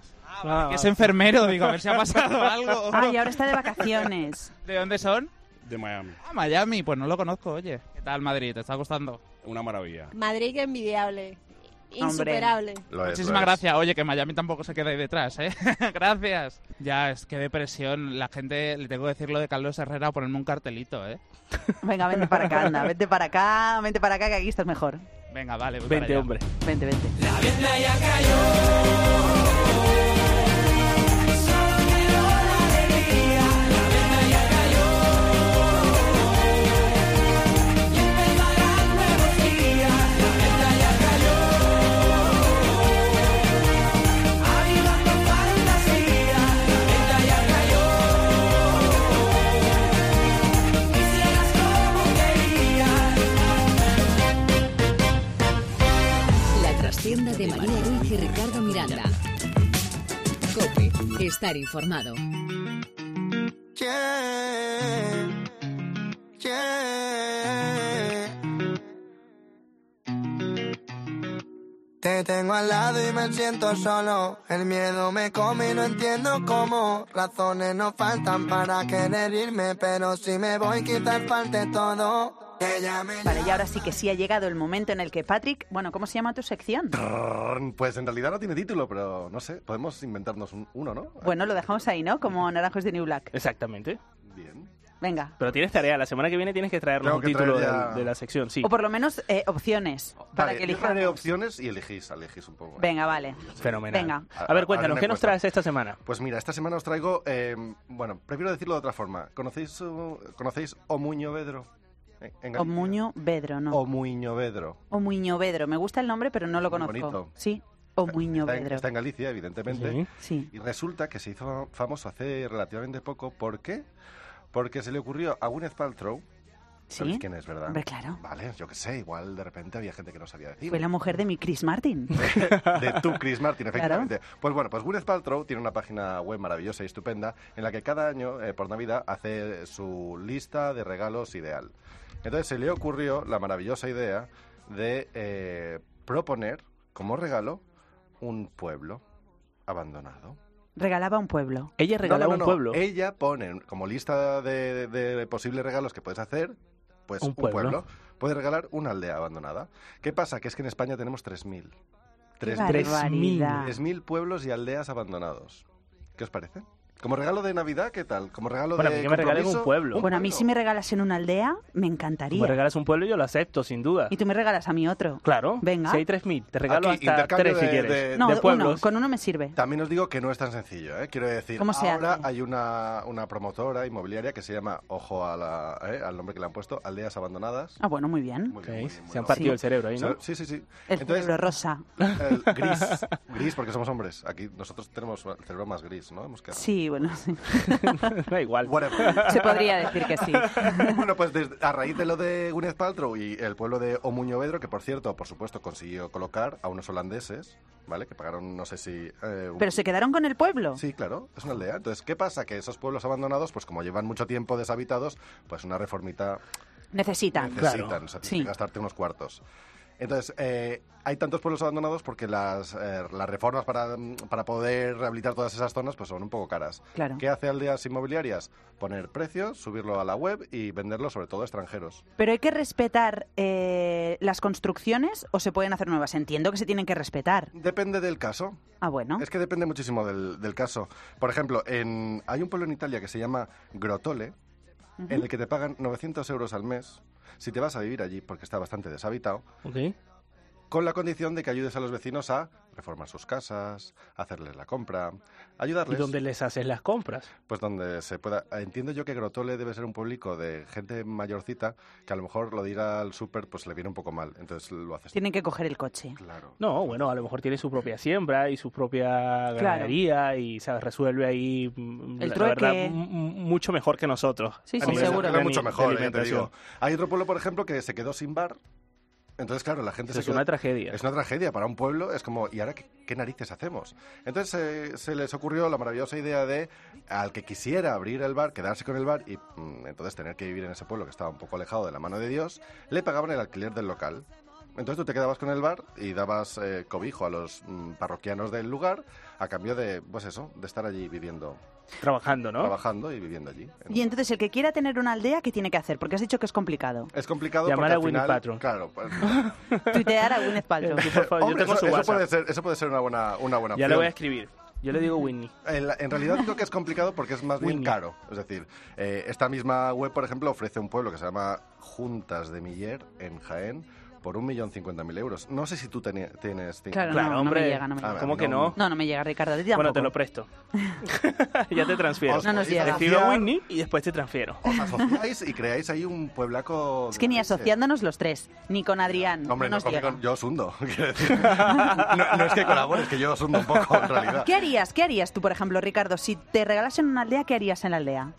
Speaker 3: Que es enfermero, digo, a ver si ha pasado algo.
Speaker 1: Ay, ahora está de vacaciones.
Speaker 3: ¿De dónde son?
Speaker 10: De Miami.
Speaker 3: Ah, Miami, pues no lo conozco, oye. ¿Qué tal Madrid? ¿Te está gustando?
Speaker 10: Una maravilla.
Speaker 5: Madrid que envidiable.
Speaker 1: Hombre.
Speaker 5: Insuperable.
Speaker 7: Lo es,
Speaker 3: Muchísimas
Speaker 7: lo es.
Speaker 3: gracias. Oye, que Miami tampoco se queda ahí detrás, ¿eh? gracias. Ya, es que depresión. La gente, le tengo que decir lo de Carlos Herrera, ponerme un cartelito, ¿eh?
Speaker 1: Venga, vente para acá, anda. Vente para acá, vente para acá, que aquí estás mejor.
Speaker 3: Venga, vale. voy para
Speaker 2: Vente,
Speaker 3: allá.
Speaker 2: hombre.
Speaker 1: Vente, vente.
Speaker 6: La trastienda de María Ruiz y Ricardo Miranda. Cope, estar informado.
Speaker 11: Te tengo al lado y me siento solo. El miedo me come y no entiendo cómo. Razones no faltan para querer irme, pero si me voy quizás falte todo. Ella me
Speaker 1: Vale, y ahora sí que sí ha llegado el momento en el que Patrick, bueno, ¿cómo se llama tu sección?
Speaker 7: Trrrrrn. Pues en realidad no tiene título, pero no sé. Podemos inventarnos un- uno, ¿no?
Speaker 1: Bueno, lo dejamos ahí, ¿no? Como Naranjos de New Black.
Speaker 2: Exactamente.
Speaker 7: Bien.
Speaker 1: Venga.
Speaker 2: Pero tienes tarea. La semana que viene tienes que traernos
Speaker 7: Tengo
Speaker 2: un
Speaker 7: que
Speaker 2: título
Speaker 7: traer ya-
Speaker 2: del- de, la sección. Sí.
Speaker 1: O por lo menos eh, opciones para
Speaker 7: Vale,
Speaker 1: que
Speaker 7: yo traeré
Speaker 1: elijamos.
Speaker 7: opciones y elegís, elegís un poco.
Speaker 1: Venga, vale.
Speaker 2: Fenomenal.
Speaker 1: Venga.
Speaker 2: A ver, cuéntanos,
Speaker 7: Haré
Speaker 2: ¿qué
Speaker 7: una
Speaker 2: nos
Speaker 7: encuesta.
Speaker 2: traes esta semana?
Speaker 7: Pues mira, esta semana os traigo, eh, bueno, prefiero decirlo de otra forma. ¿Conocéis, uh, ¿conocéis Omuño Vedro? Eh, en Galicia.
Speaker 1: Omuño Vedro, ¿no?
Speaker 7: Omuño Vedro.
Speaker 1: Omuño Vedro. Me gusta el nombre, pero no lo
Speaker 7: Muy
Speaker 1: conozco.
Speaker 7: bonito.
Speaker 1: Sí, Omuño
Speaker 7: Está en,
Speaker 1: Vedro.
Speaker 7: está en Galicia, evidentemente.
Speaker 2: Sí.
Speaker 1: Sí.
Speaker 7: Y resulta que se hizo famoso hace relativamente poco. ¿Por qué? Porque se le ocurrió a Gwyneth Paltrow
Speaker 1: ¿Sí?
Speaker 7: ¿Sabes quién es, verdad?
Speaker 1: Hombre, claro.
Speaker 7: Vale, yo qué sé, igual de repente había gente que no sabía decir.
Speaker 1: Fue la mujer de mi Chris Martin.
Speaker 7: de tú, Chris Martin, efectivamente. Pues bueno, pues Gwyneth Paltrow tiene una página web maravillosa y estupenda en la que cada año, eh, por Navidad, hace su lista de regalos ideal. Entonces se le ocurrió la maravillosa idea de eh, proponer como regalo un pueblo abandonado.
Speaker 1: Regalaba un pueblo.
Speaker 2: Ella
Speaker 7: No, no, no, no. Ella pone como lista de, de posibles regalos que puedes hacer, pues
Speaker 2: Un
Speaker 7: un pueblo.
Speaker 2: pueblo.
Speaker 7: Puedes regalar una aldea abandonada. ¿Qué pasa? Que es que en España tenemos 3.000.
Speaker 1: ¡Qué
Speaker 7: 3.000.
Speaker 1: barbaridad!
Speaker 7: 3.000 pueblos y aldeas abandonados. ¿Qué os parece? Como regalo de Navidad, ¿qué tal? Como regalo
Speaker 2: Bueno, a
Speaker 7: de
Speaker 2: mí que me regalen
Speaker 7: compromiso,
Speaker 2: un pueblo.
Speaker 1: bueno, a mí si me regalas en una aldea, me encantaría.
Speaker 2: Me regalas un pueblo y yo lo acepto, sin duda.
Speaker 1: Y tú me regalas a mí otro.
Speaker 2: Claro.
Speaker 1: Venga.
Speaker 2: Si hay 3.000, te regalo
Speaker 7: Aquí,
Speaker 2: hasta
Speaker 7: intercambio
Speaker 2: 3 si
Speaker 7: de-
Speaker 2: quieres.
Speaker 7: de-
Speaker 1: no,
Speaker 7: de
Speaker 1: uno,
Speaker 7: pueblos.
Speaker 1: con uno me sirve.
Speaker 7: También os digo que no es tan sencillo, ¿eh? Quiero decir,
Speaker 1: ¿Cómo se
Speaker 7: ahora
Speaker 1: hace?
Speaker 7: hay una, una promotora inmobiliaria que se llama, ojo a la- ¿eh? al nombre que le han puesto, Aldeas Abandonadas.
Speaker 1: Ah, bueno, muy bien.
Speaker 7: Muy bien, muy bien, muy
Speaker 2: Se han
Speaker 7: bien.
Speaker 2: partido el cerebro ahí, ¿no?
Speaker 7: Sí, sí, sí.
Speaker 1: El cerebro rosa.
Speaker 7: El gris, gris porque somos hombres. Aquí nosotros tenemos el cerebro más gris, ¿no? Hemos quedado.
Speaker 1: Sí, bueno, sí.
Speaker 2: da igual.
Speaker 7: Whatever.
Speaker 1: Se podría decir que sí.
Speaker 7: bueno, pues desde- a raíz de lo de Gwyneth Paltrow y el pueblo de Omuñovedro, que por cierto, por supuesto, consiguió colocar a unos holandeses, ¿vale? Que pagaron, no sé si... eh, un-
Speaker 1: Pero se quedaron con el pueblo.
Speaker 7: Sí, claro, es una aldea. Entonces, ¿qué pasa? Que esos pueblos abandonados, pues como llevan mucho tiempo deshabitados, pues una reformita
Speaker 1: Necesitan.
Speaker 7: necesitan, o sea, tienes
Speaker 1: Sí.
Speaker 7: que gastarte unos cuartos. Entonces, eh, hay tantos pueblos abandonados porque las, eh, las reformas para, mm, para poder rehabilitar todas esas zonas pues son un poco caras.
Speaker 1: Claro.
Speaker 7: ¿Qué hace Aldeas Inmobiliarias? Poner precios, subirlo a la web y venderlo sobre todo a extranjeros.
Speaker 1: Pero hay que respetar eh, las construcciones o se pueden hacer nuevas. Entiendo que se tienen que respetar.
Speaker 7: Depende del caso.
Speaker 1: Ah, bueno.
Speaker 7: Es que depende muchísimo del, del caso. Por ejemplo, en, hay un pueblo en Italia que se llama Grotole,
Speaker 1: Ujú.
Speaker 7: en el que te pagan 900 euros al mes si te vas a vivir allí porque está bastante deshabitado.
Speaker 2: Ok.
Speaker 7: con la condición de que ayudes a los vecinos a reformar sus casas, hacerles la compra,
Speaker 2: ¿Y
Speaker 7: ayudarles
Speaker 2: dónde les haces las compras?
Speaker 7: pues donde se pueda. Entiendo yo que Grotole debe ser un público de gente mayorcita que a lo mejor lo de ir al súper pues le viene un poco mal, entonces lo haces
Speaker 1: Tienen que coger el coche.
Speaker 7: claro.
Speaker 2: No, bueno, a lo mejor tiene su propia siembra y su propia ganadería y se resuelve ahí mm,
Speaker 1: El
Speaker 2: la- la verdad,
Speaker 1: trueque.
Speaker 2: m- m- mucho mejor que nosotros.
Speaker 1: Sí,
Speaker 2: a
Speaker 1: sí,
Speaker 2: nivel de-
Speaker 1: seguro.
Speaker 7: Era
Speaker 2: de
Speaker 7: mucho
Speaker 2: ni-
Speaker 7: mejor,
Speaker 2: de
Speaker 7: eh, te
Speaker 2: alimentación.
Speaker 7: digo. Hay otro pueblo, por ejemplo, que se quedó sin bar. Entonces, claro, la gente
Speaker 2: Eso
Speaker 7: se
Speaker 2: es
Speaker 7: quedó-
Speaker 2: una tragedia.
Speaker 7: Es una tragedia para un pueblo. Es como, ¿y ahora qué, qué narices hacemos? Entonces eh, se les ocurrió la maravillosa idea de al que quisiera abrir el bar, quedarse con el bar y mm, entonces tener que vivir en ese pueblo que estaba un poco alejado de la mano de Dios, le pagaban el alquiler del local. Entonces tú te quedabas con el bar y dabas eh, cobijo a los mm, parroquianos del lugar a cambio de, pues eso, de estar allí viviendo,
Speaker 2: Trabajando, ¿no?
Speaker 7: trabajando y viviendo allí.
Speaker 1: Y entonces el que quiera tener una aldea, ¿qué tiene que hacer? Porque has dicho que es complicado.
Speaker 7: Es complicado
Speaker 2: Llamar
Speaker 7: porque
Speaker 2: a
Speaker 7: al
Speaker 2: Winnie
Speaker 7: final,
Speaker 2: Paltrow.
Speaker 7: Claro, pues,
Speaker 1: Tuitear a Gwyneth
Speaker 2: Eh,
Speaker 1: Paltrow.
Speaker 2: por favor, yo
Speaker 7: hombre,
Speaker 2: tengo
Speaker 7: eso,
Speaker 2: su
Speaker 7: eso
Speaker 2: WhatsApp.
Speaker 7: puede ser, eso puede ser una buena, una buena
Speaker 2: Ya
Speaker 7: opción.
Speaker 2: le voy a escribir. Yo le digo Winnie.
Speaker 7: En, la- en realidad digo que es complicado porque es más bien
Speaker 2: Winnie.
Speaker 7: caro. Es decir, eh, esta misma web, por ejemplo, ofrece un pueblo que se llama Juntas de Miller en Jaén por un millón cincuenta mil euros. No sé si tú teni- tienes... cinco-
Speaker 1: Claro,
Speaker 2: Claro,
Speaker 1: no, no
Speaker 2: hombre.
Speaker 1: me llega, no me
Speaker 7: A
Speaker 1: llega.
Speaker 7: ver,
Speaker 2: ¿Cómo que no?
Speaker 1: No, no me llega, Ricardo. a ti
Speaker 2: Bueno, te lo
Speaker 1: tampoco.
Speaker 2: presto. ya te transfiero.
Speaker 7: Os
Speaker 1: No nos
Speaker 7: podéis
Speaker 1: llega.
Speaker 2: Escribo a
Speaker 7: asociar,
Speaker 2: Winnie y después te transfiero.
Speaker 7: Os asociáis y creáis ahí un pueblaco...
Speaker 1: Es que ni
Speaker 7: de-
Speaker 1: asociándonos los tres, ni con Adrián,
Speaker 7: Hombre,
Speaker 1: no nos
Speaker 7: no, conmigo
Speaker 1: llega.
Speaker 7: yo os hundo. quiero decir. no, no es que colabore, es que yo os hundo un poco, en realidad.
Speaker 1: ¿Qué harías? ¿Qué harías tú, por ejemplo, Ricardo? Si te regalasen una aldea, ¿qué harías en la aldea?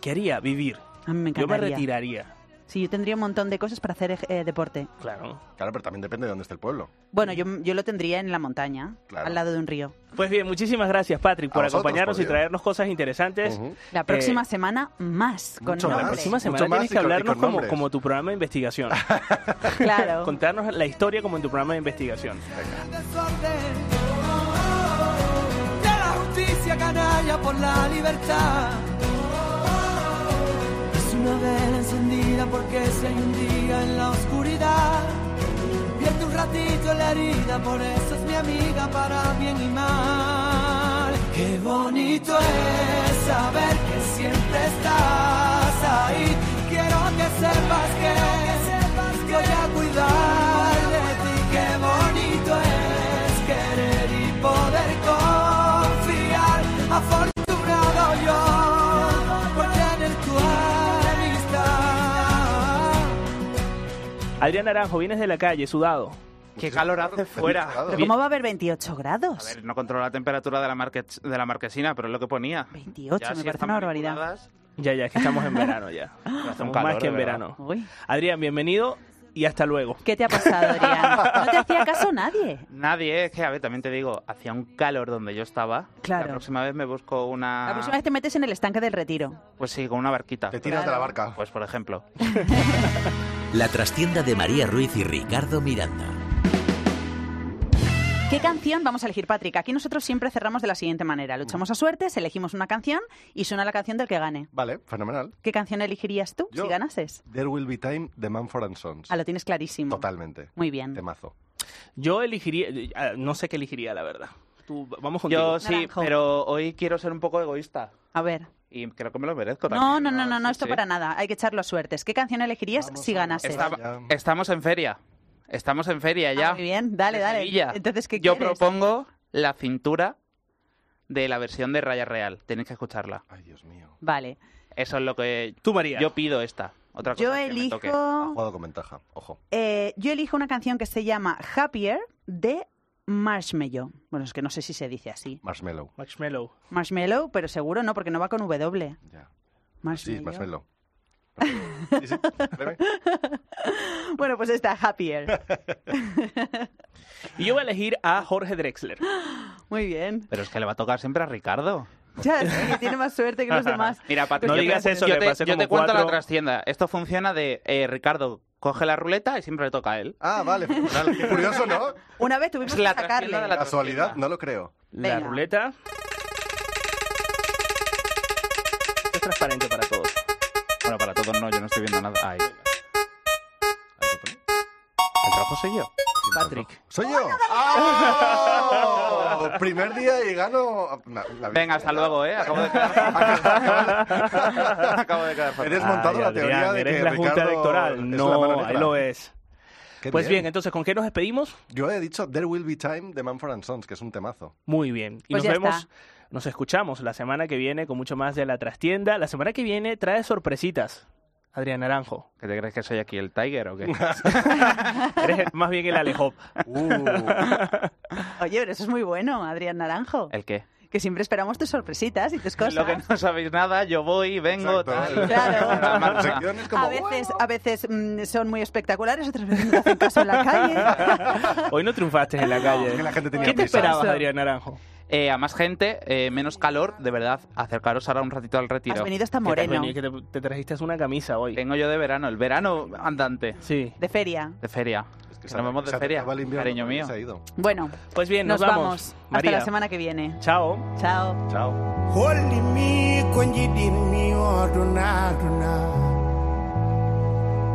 Speaker 2: ¿Qué haría? Vivir.
Speaker 1: A mí me
Speaker 2: Yo me
Speaker 1: encantaría.
Speaker 2: retiraría.
Speaker 1: Sí, yo tendría un montón de cosas para hacer eh, deporte.
Speaker 2: Claro.
Speaker 7: Claro, pero también depende de dónde esté el pueblo.
Speaker 1: Bueno, yo, yo lo tendría en la montaña,
Speaker 7: Claro.
Speaker 1: al lado de un río.
Speaker 2: Pues bien, muchísimas gracias, Patrick,
Speaker 7: A
Speaker 2: por
Speaker 7: vosotros,
Speaker 2: acompañarnos
Speaker 7: por
Speaker 2: y
Speaker 7: Dios.
Speaker 2: traernos cosas interesantes.
Speaker 7: Ujú.
Speaker 1: La
Speaker 2: Eh,
Speaker 1: próxima semana, más. Con
Speaker 7: Mucho
Speaker 2: No, la
Speaker 7: más.
Speaker 1: nombre.
Speaker 2: próxima semana
Speaker 7: Mucho más
Speaker 2: tienes
Speaker 7: y
Speaker 2: que
Speaker 7: con- y
Speaker 2: hablarnos
Speaker 7: con
Speaker 2: como,
Speaker 7: nombres.
Speaker 2: como tu programa de investigación.
Speaker 1: Claro.
Speaker 2: Contarnos la historia como en tu programa de investigación.
Speaker 8: desorden. De la justicia canalla por la libertad. Es una vela encendida porque si hay un día en la oscuridad, pierde un ratito la herida, por eso es mi amiga para bien y mal. Qué bonito es saber que siempre estás ahí. Quiero que sepas que, que sepas que voy a cuidar de ti. Qué bonito es querer y poder confiar. Afortunado yo por tener tu amistad.
Speaker 2: Adrián Naranjo, vienes de la calle, sudado.
Speaker 7: Pues
Speaker 3: Qué calor hace
Speaker 7: Muchísimo
Speaker 3: fuera.
Speaker 7: calor.
Speaker 1: ¿Pero cómo va a haber 28 grados?
Speaker 3: A ver, no controlo la temperatura de la, marque- de la marquesina, pero es lo que ponía.
Speaker 1: 28,
Speaker 3: Ya
Speaker 1: me
Speaker 3: si
Speaker 1: parece
Speaker 3: están
Speaker 1: una barbaridad.
Speaker 3: manipuladas,
Speaker 2: Ya, ya, es que estamos en verano ya. Ya Estamos
Speaker 1: calor,
Speaker 2: más que en
Speaker 1: de verdad.
Speaker 2: verano. Adrián, bienvenido y hasta luego.
Speaker 1: ¿Qué te ha pasado, Adrián? No te hacía caso nadie.
Speaker 3: Nadie, es que, a ver, también te digo, hacía un calor donde yo estaba.
Speaker 1: Claro.
Speaker 3: La próxima vez me busco una...
Speaker 1: La próxima vez te metes en el estanque del retiro.
Speaker 3: Pues sí, con una barquita. Te
Speaker 1: tiras de la
Speaker 3: barca. Pues por ejemplo.
Speaker 12: La trastienda de María Ruiz y Ricardo Miranda.
Speaker 1: ¿Qué canción vamos a elegir, Patrick? Aquí nosotros siempre cerramos de la siguiente manera. Luchamos a suertes, elegimos una canción y suena la canción del que gane.
Speaker 7: Vale, fenomenal.
Speaker 1: ¿Qué canción elegirías tú
Speaker 7: Yo.
Speaker 1: si ganases?
Speaker 7: There Will Be Time de Manford and Sons.
Speaker 1: Ah, lo tienes clarísimo.
Speaker 7: Totalmente.
Speaker 1: Muy bien.
Speaker 7: Temazo.
Speaker 2: Yo elegiría, eh, ah, no sé qué elegiría, la verdad. Tú, vamos contigo.
Speaker 3: Yo sí, pero hoy quiero ser un poco egoísta.
Speaker 1: A ver.
Speaker 3: Y creo que me lo merezco también.
Speaker 1: No, no, no, no, no, esto
Speaker 3: sí.
Speaker 1: para nada. Hay que echarlo a suertes. ¿Qué canción elegirías si ganases?
Speaker 3: Estaba- estamos en feria. Estamos en feria ya.
Speaker 1: Ah, muy bien, dale,
Speaker 3: De
Speaker 1: dale.
Speaker 3: Sevilla.
Speaker 1: Entonces, ¿qué
Speaker 3: Yo
Speaker 1: quieres?
Speaker 3: propongo la cintura de la versión de Raya Real. Tenéis que escucharla.
Speaker 1: Vale.
Speaker 3: Eso es lo que
Speaker 2: tú María.
Speaker 3: Yo pido esta. Otra cosa
Speaker 1: Yo
Speaker 3: es que me
Speaker 1: elijo-
Speaker 3: toque.
Speaker 1: Ha
Speaker 7: jugado con ventaja. Ojo.
Speaker 1: Eh, yo elijo una canción que se llama Happier de Marshmallow. Bueno, es que no sé si se dice así.
Speaker 7: Marshmallow.
Speaker 2: Marshmallow.
Speaker 1: Marshmallow, pero seguro no, porque no va con W.
Speaker 7: Sí, Marshmallow.
Speaker 1: Bueno, pues está Happier.
Speaker 2: Y yo voy a elegir a Jorge Drexler.
Speaker 1: Muy bien.
Speaker 3: Pero es que le va a tocar siempre a Ricardo.
Speaker 1: Ya, es que tiene más suerte que los demás.
Speaker 3: Mira, Patrick,
Speaker 2: No
Speaker 3: yo te-
Speaker 2: digas eso,
Speaker 3: yo
Speaker 2: que
Speaker 3: te,
Speaker 2: pasé
Speaker 3: yo
Speaker 2: como
Speaker 3: te cuento
Speaker 2: cuatro.
Speaker 3: la trastienda. Esto funciona de eh, Ricardo coge la ruleta y siempre le toca a él.
Speaker 7: Ah, vale. Qué curioso, ¿no?
Speaker 1: Una vez tuvimos que sacarle.
Speaker 7: Casualidad, no lo creo.
Speaker 2: La
Speaker 1: Venga.
Speaker 2: ruleta. Es transparente para todos.
Speaker 3: Bueno, para todos no, yo no estoy viendo nada. Ahí. El rojo soy yo.
Speaker 2: Patrick.
Speaker 7: Soy yo. ¡Oh! Primer día y gano. Na- na-
Speaker 3: Venga, hasta luego, ¿eh? Acabo de quedar. Acabo de quedar. fatal.
Speaker 7: He desmontado
Speaker 2: Ay,
Speaker 7: la teoría
Speaker 2: Adrián,
Speaker 7: de que
Speaker 2: eres la Junta
Speaker 7: Ricardo es
Speaker 2: Electoral.
Speaker 7: la
Speaker 2: No,
Speaker 7: mano
Speaker 2: ahí
Speaker 7: negra.
Speaker 2: lo es.
Speaker 7: Qué
Speaker 2: Pues bien, entonces, ¿con qué nos despedimos?
Speaker 7: Yo he dicho There Will Be Time de Manfred and Sons, que es un temazo.
Speaker 2: Muy bien. Y
Speaker 7: Pues ya
Speaker 2: nos vemos,
Speaker 7: está.
Speaker 2: nos escuchamos la semana que viene con mucho más de la trastienda. La semana que viene trae sorpresitas. Adrián Naranjo.
Speaker 3: ¿Qué te crees que soy aquí el Tiger o qué?
Speaker 2: Eres el- más bien el Alejop.
Speaker 10: Uh.
Speaker 1: Oye, pero eso es muy bueno, Adrián Naranjo.
Speaker 3: ¿El qué?
Speaker 1: Que siempre esperamos tus sorpresitas y tus cosas.
Speaker 3: Lo que no sabéis nada, yo voy, vengo, tal.
Speaker 1: Claro.
Speaker 3: sección es
Speaker 1: a veces, a veces mm, son muy espectaculares, otras veces no hacen caso en la calle.
Speaker 2: Hoy no triunfaste en la calle. ¿Qué te esperabas, Adrián Naranjo?
Speaker 3: Eh, a más gente, eh, menos calor, de verdad, acercaros ahora un ratito al retiro.
Speaker 2: Has venido hasta
Speaker 3: Que te-
Speaker 2: moreno.
Speaker 3: que
Speaker 2: te, te trajiste una camisa hoy.
Speaker 3: Tengo yo de verano, el verano andante.
Speaker 2: Sí.
Speaker 1: De feria.
Speaker 3: De feria. Que nos vamos de
Speaker 7: se
Speaker 3: feria,
Speaker 7: acaba el invierno,
Speaker 3: cariño
Speaker 7: también
Speaker 3: mío.
Speaker 7: se ha ido.
Speaker 1: Bueno,
Speaker 2: pues bien,
Speaker 1: nos,
Speaker 2: nos vamos.
Speaker 1: vamos.
Speaker 2: María.
Speaker 1: Hasta la semana que viene.
Speaker 2: Chao.
Speaker 1: Chao.
Speaker 2: Chao.
Speaker 13: Holy me, oh, kwenye dimi oduna duna.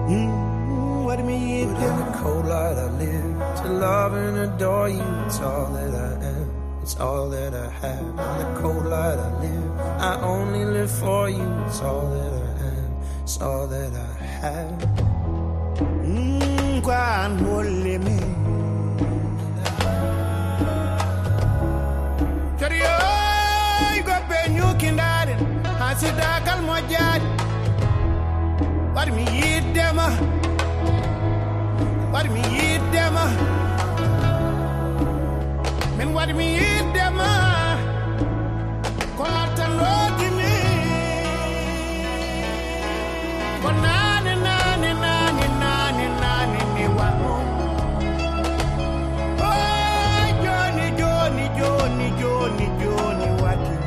Speaker 13: Mm, What me
Speaker 8: But in the cold light I live to love and adore you. It's all that I am. It's all that I have. In the cold light I live. I only live for you. It's all that I am. It's all that I have.
Speaker 13: Mm, kwan holy me. Kariyo, igo benyu kindari, hasida kalmo jadi. What me eat them? What me eat them? Men what me eat them? Kwarta lodi me. Konani nani nani nani nani ni wano. Oh, Johnny, Johnny, Johnny, Johnny, Johnny, what you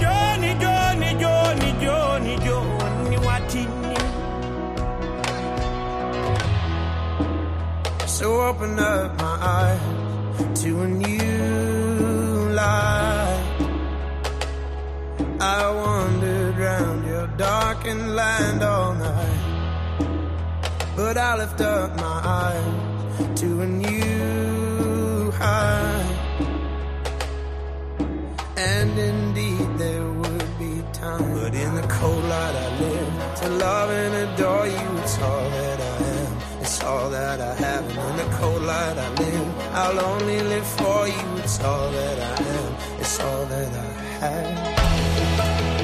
Speaker 13: Johnny, Johnny, Johnny, Johnny, Johnny, what
Speaker 8: So open up my eyes to a new light. I wandered round your darkened land all night. But I lift up my eyes to a new high. And indeed there would be time. But in the cold light I live to love and adore you. It's all that I am. It's all that I have, and in the cold light I live. I'll only live for you. It's all that I am. It's all that I have.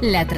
Speaker 6: La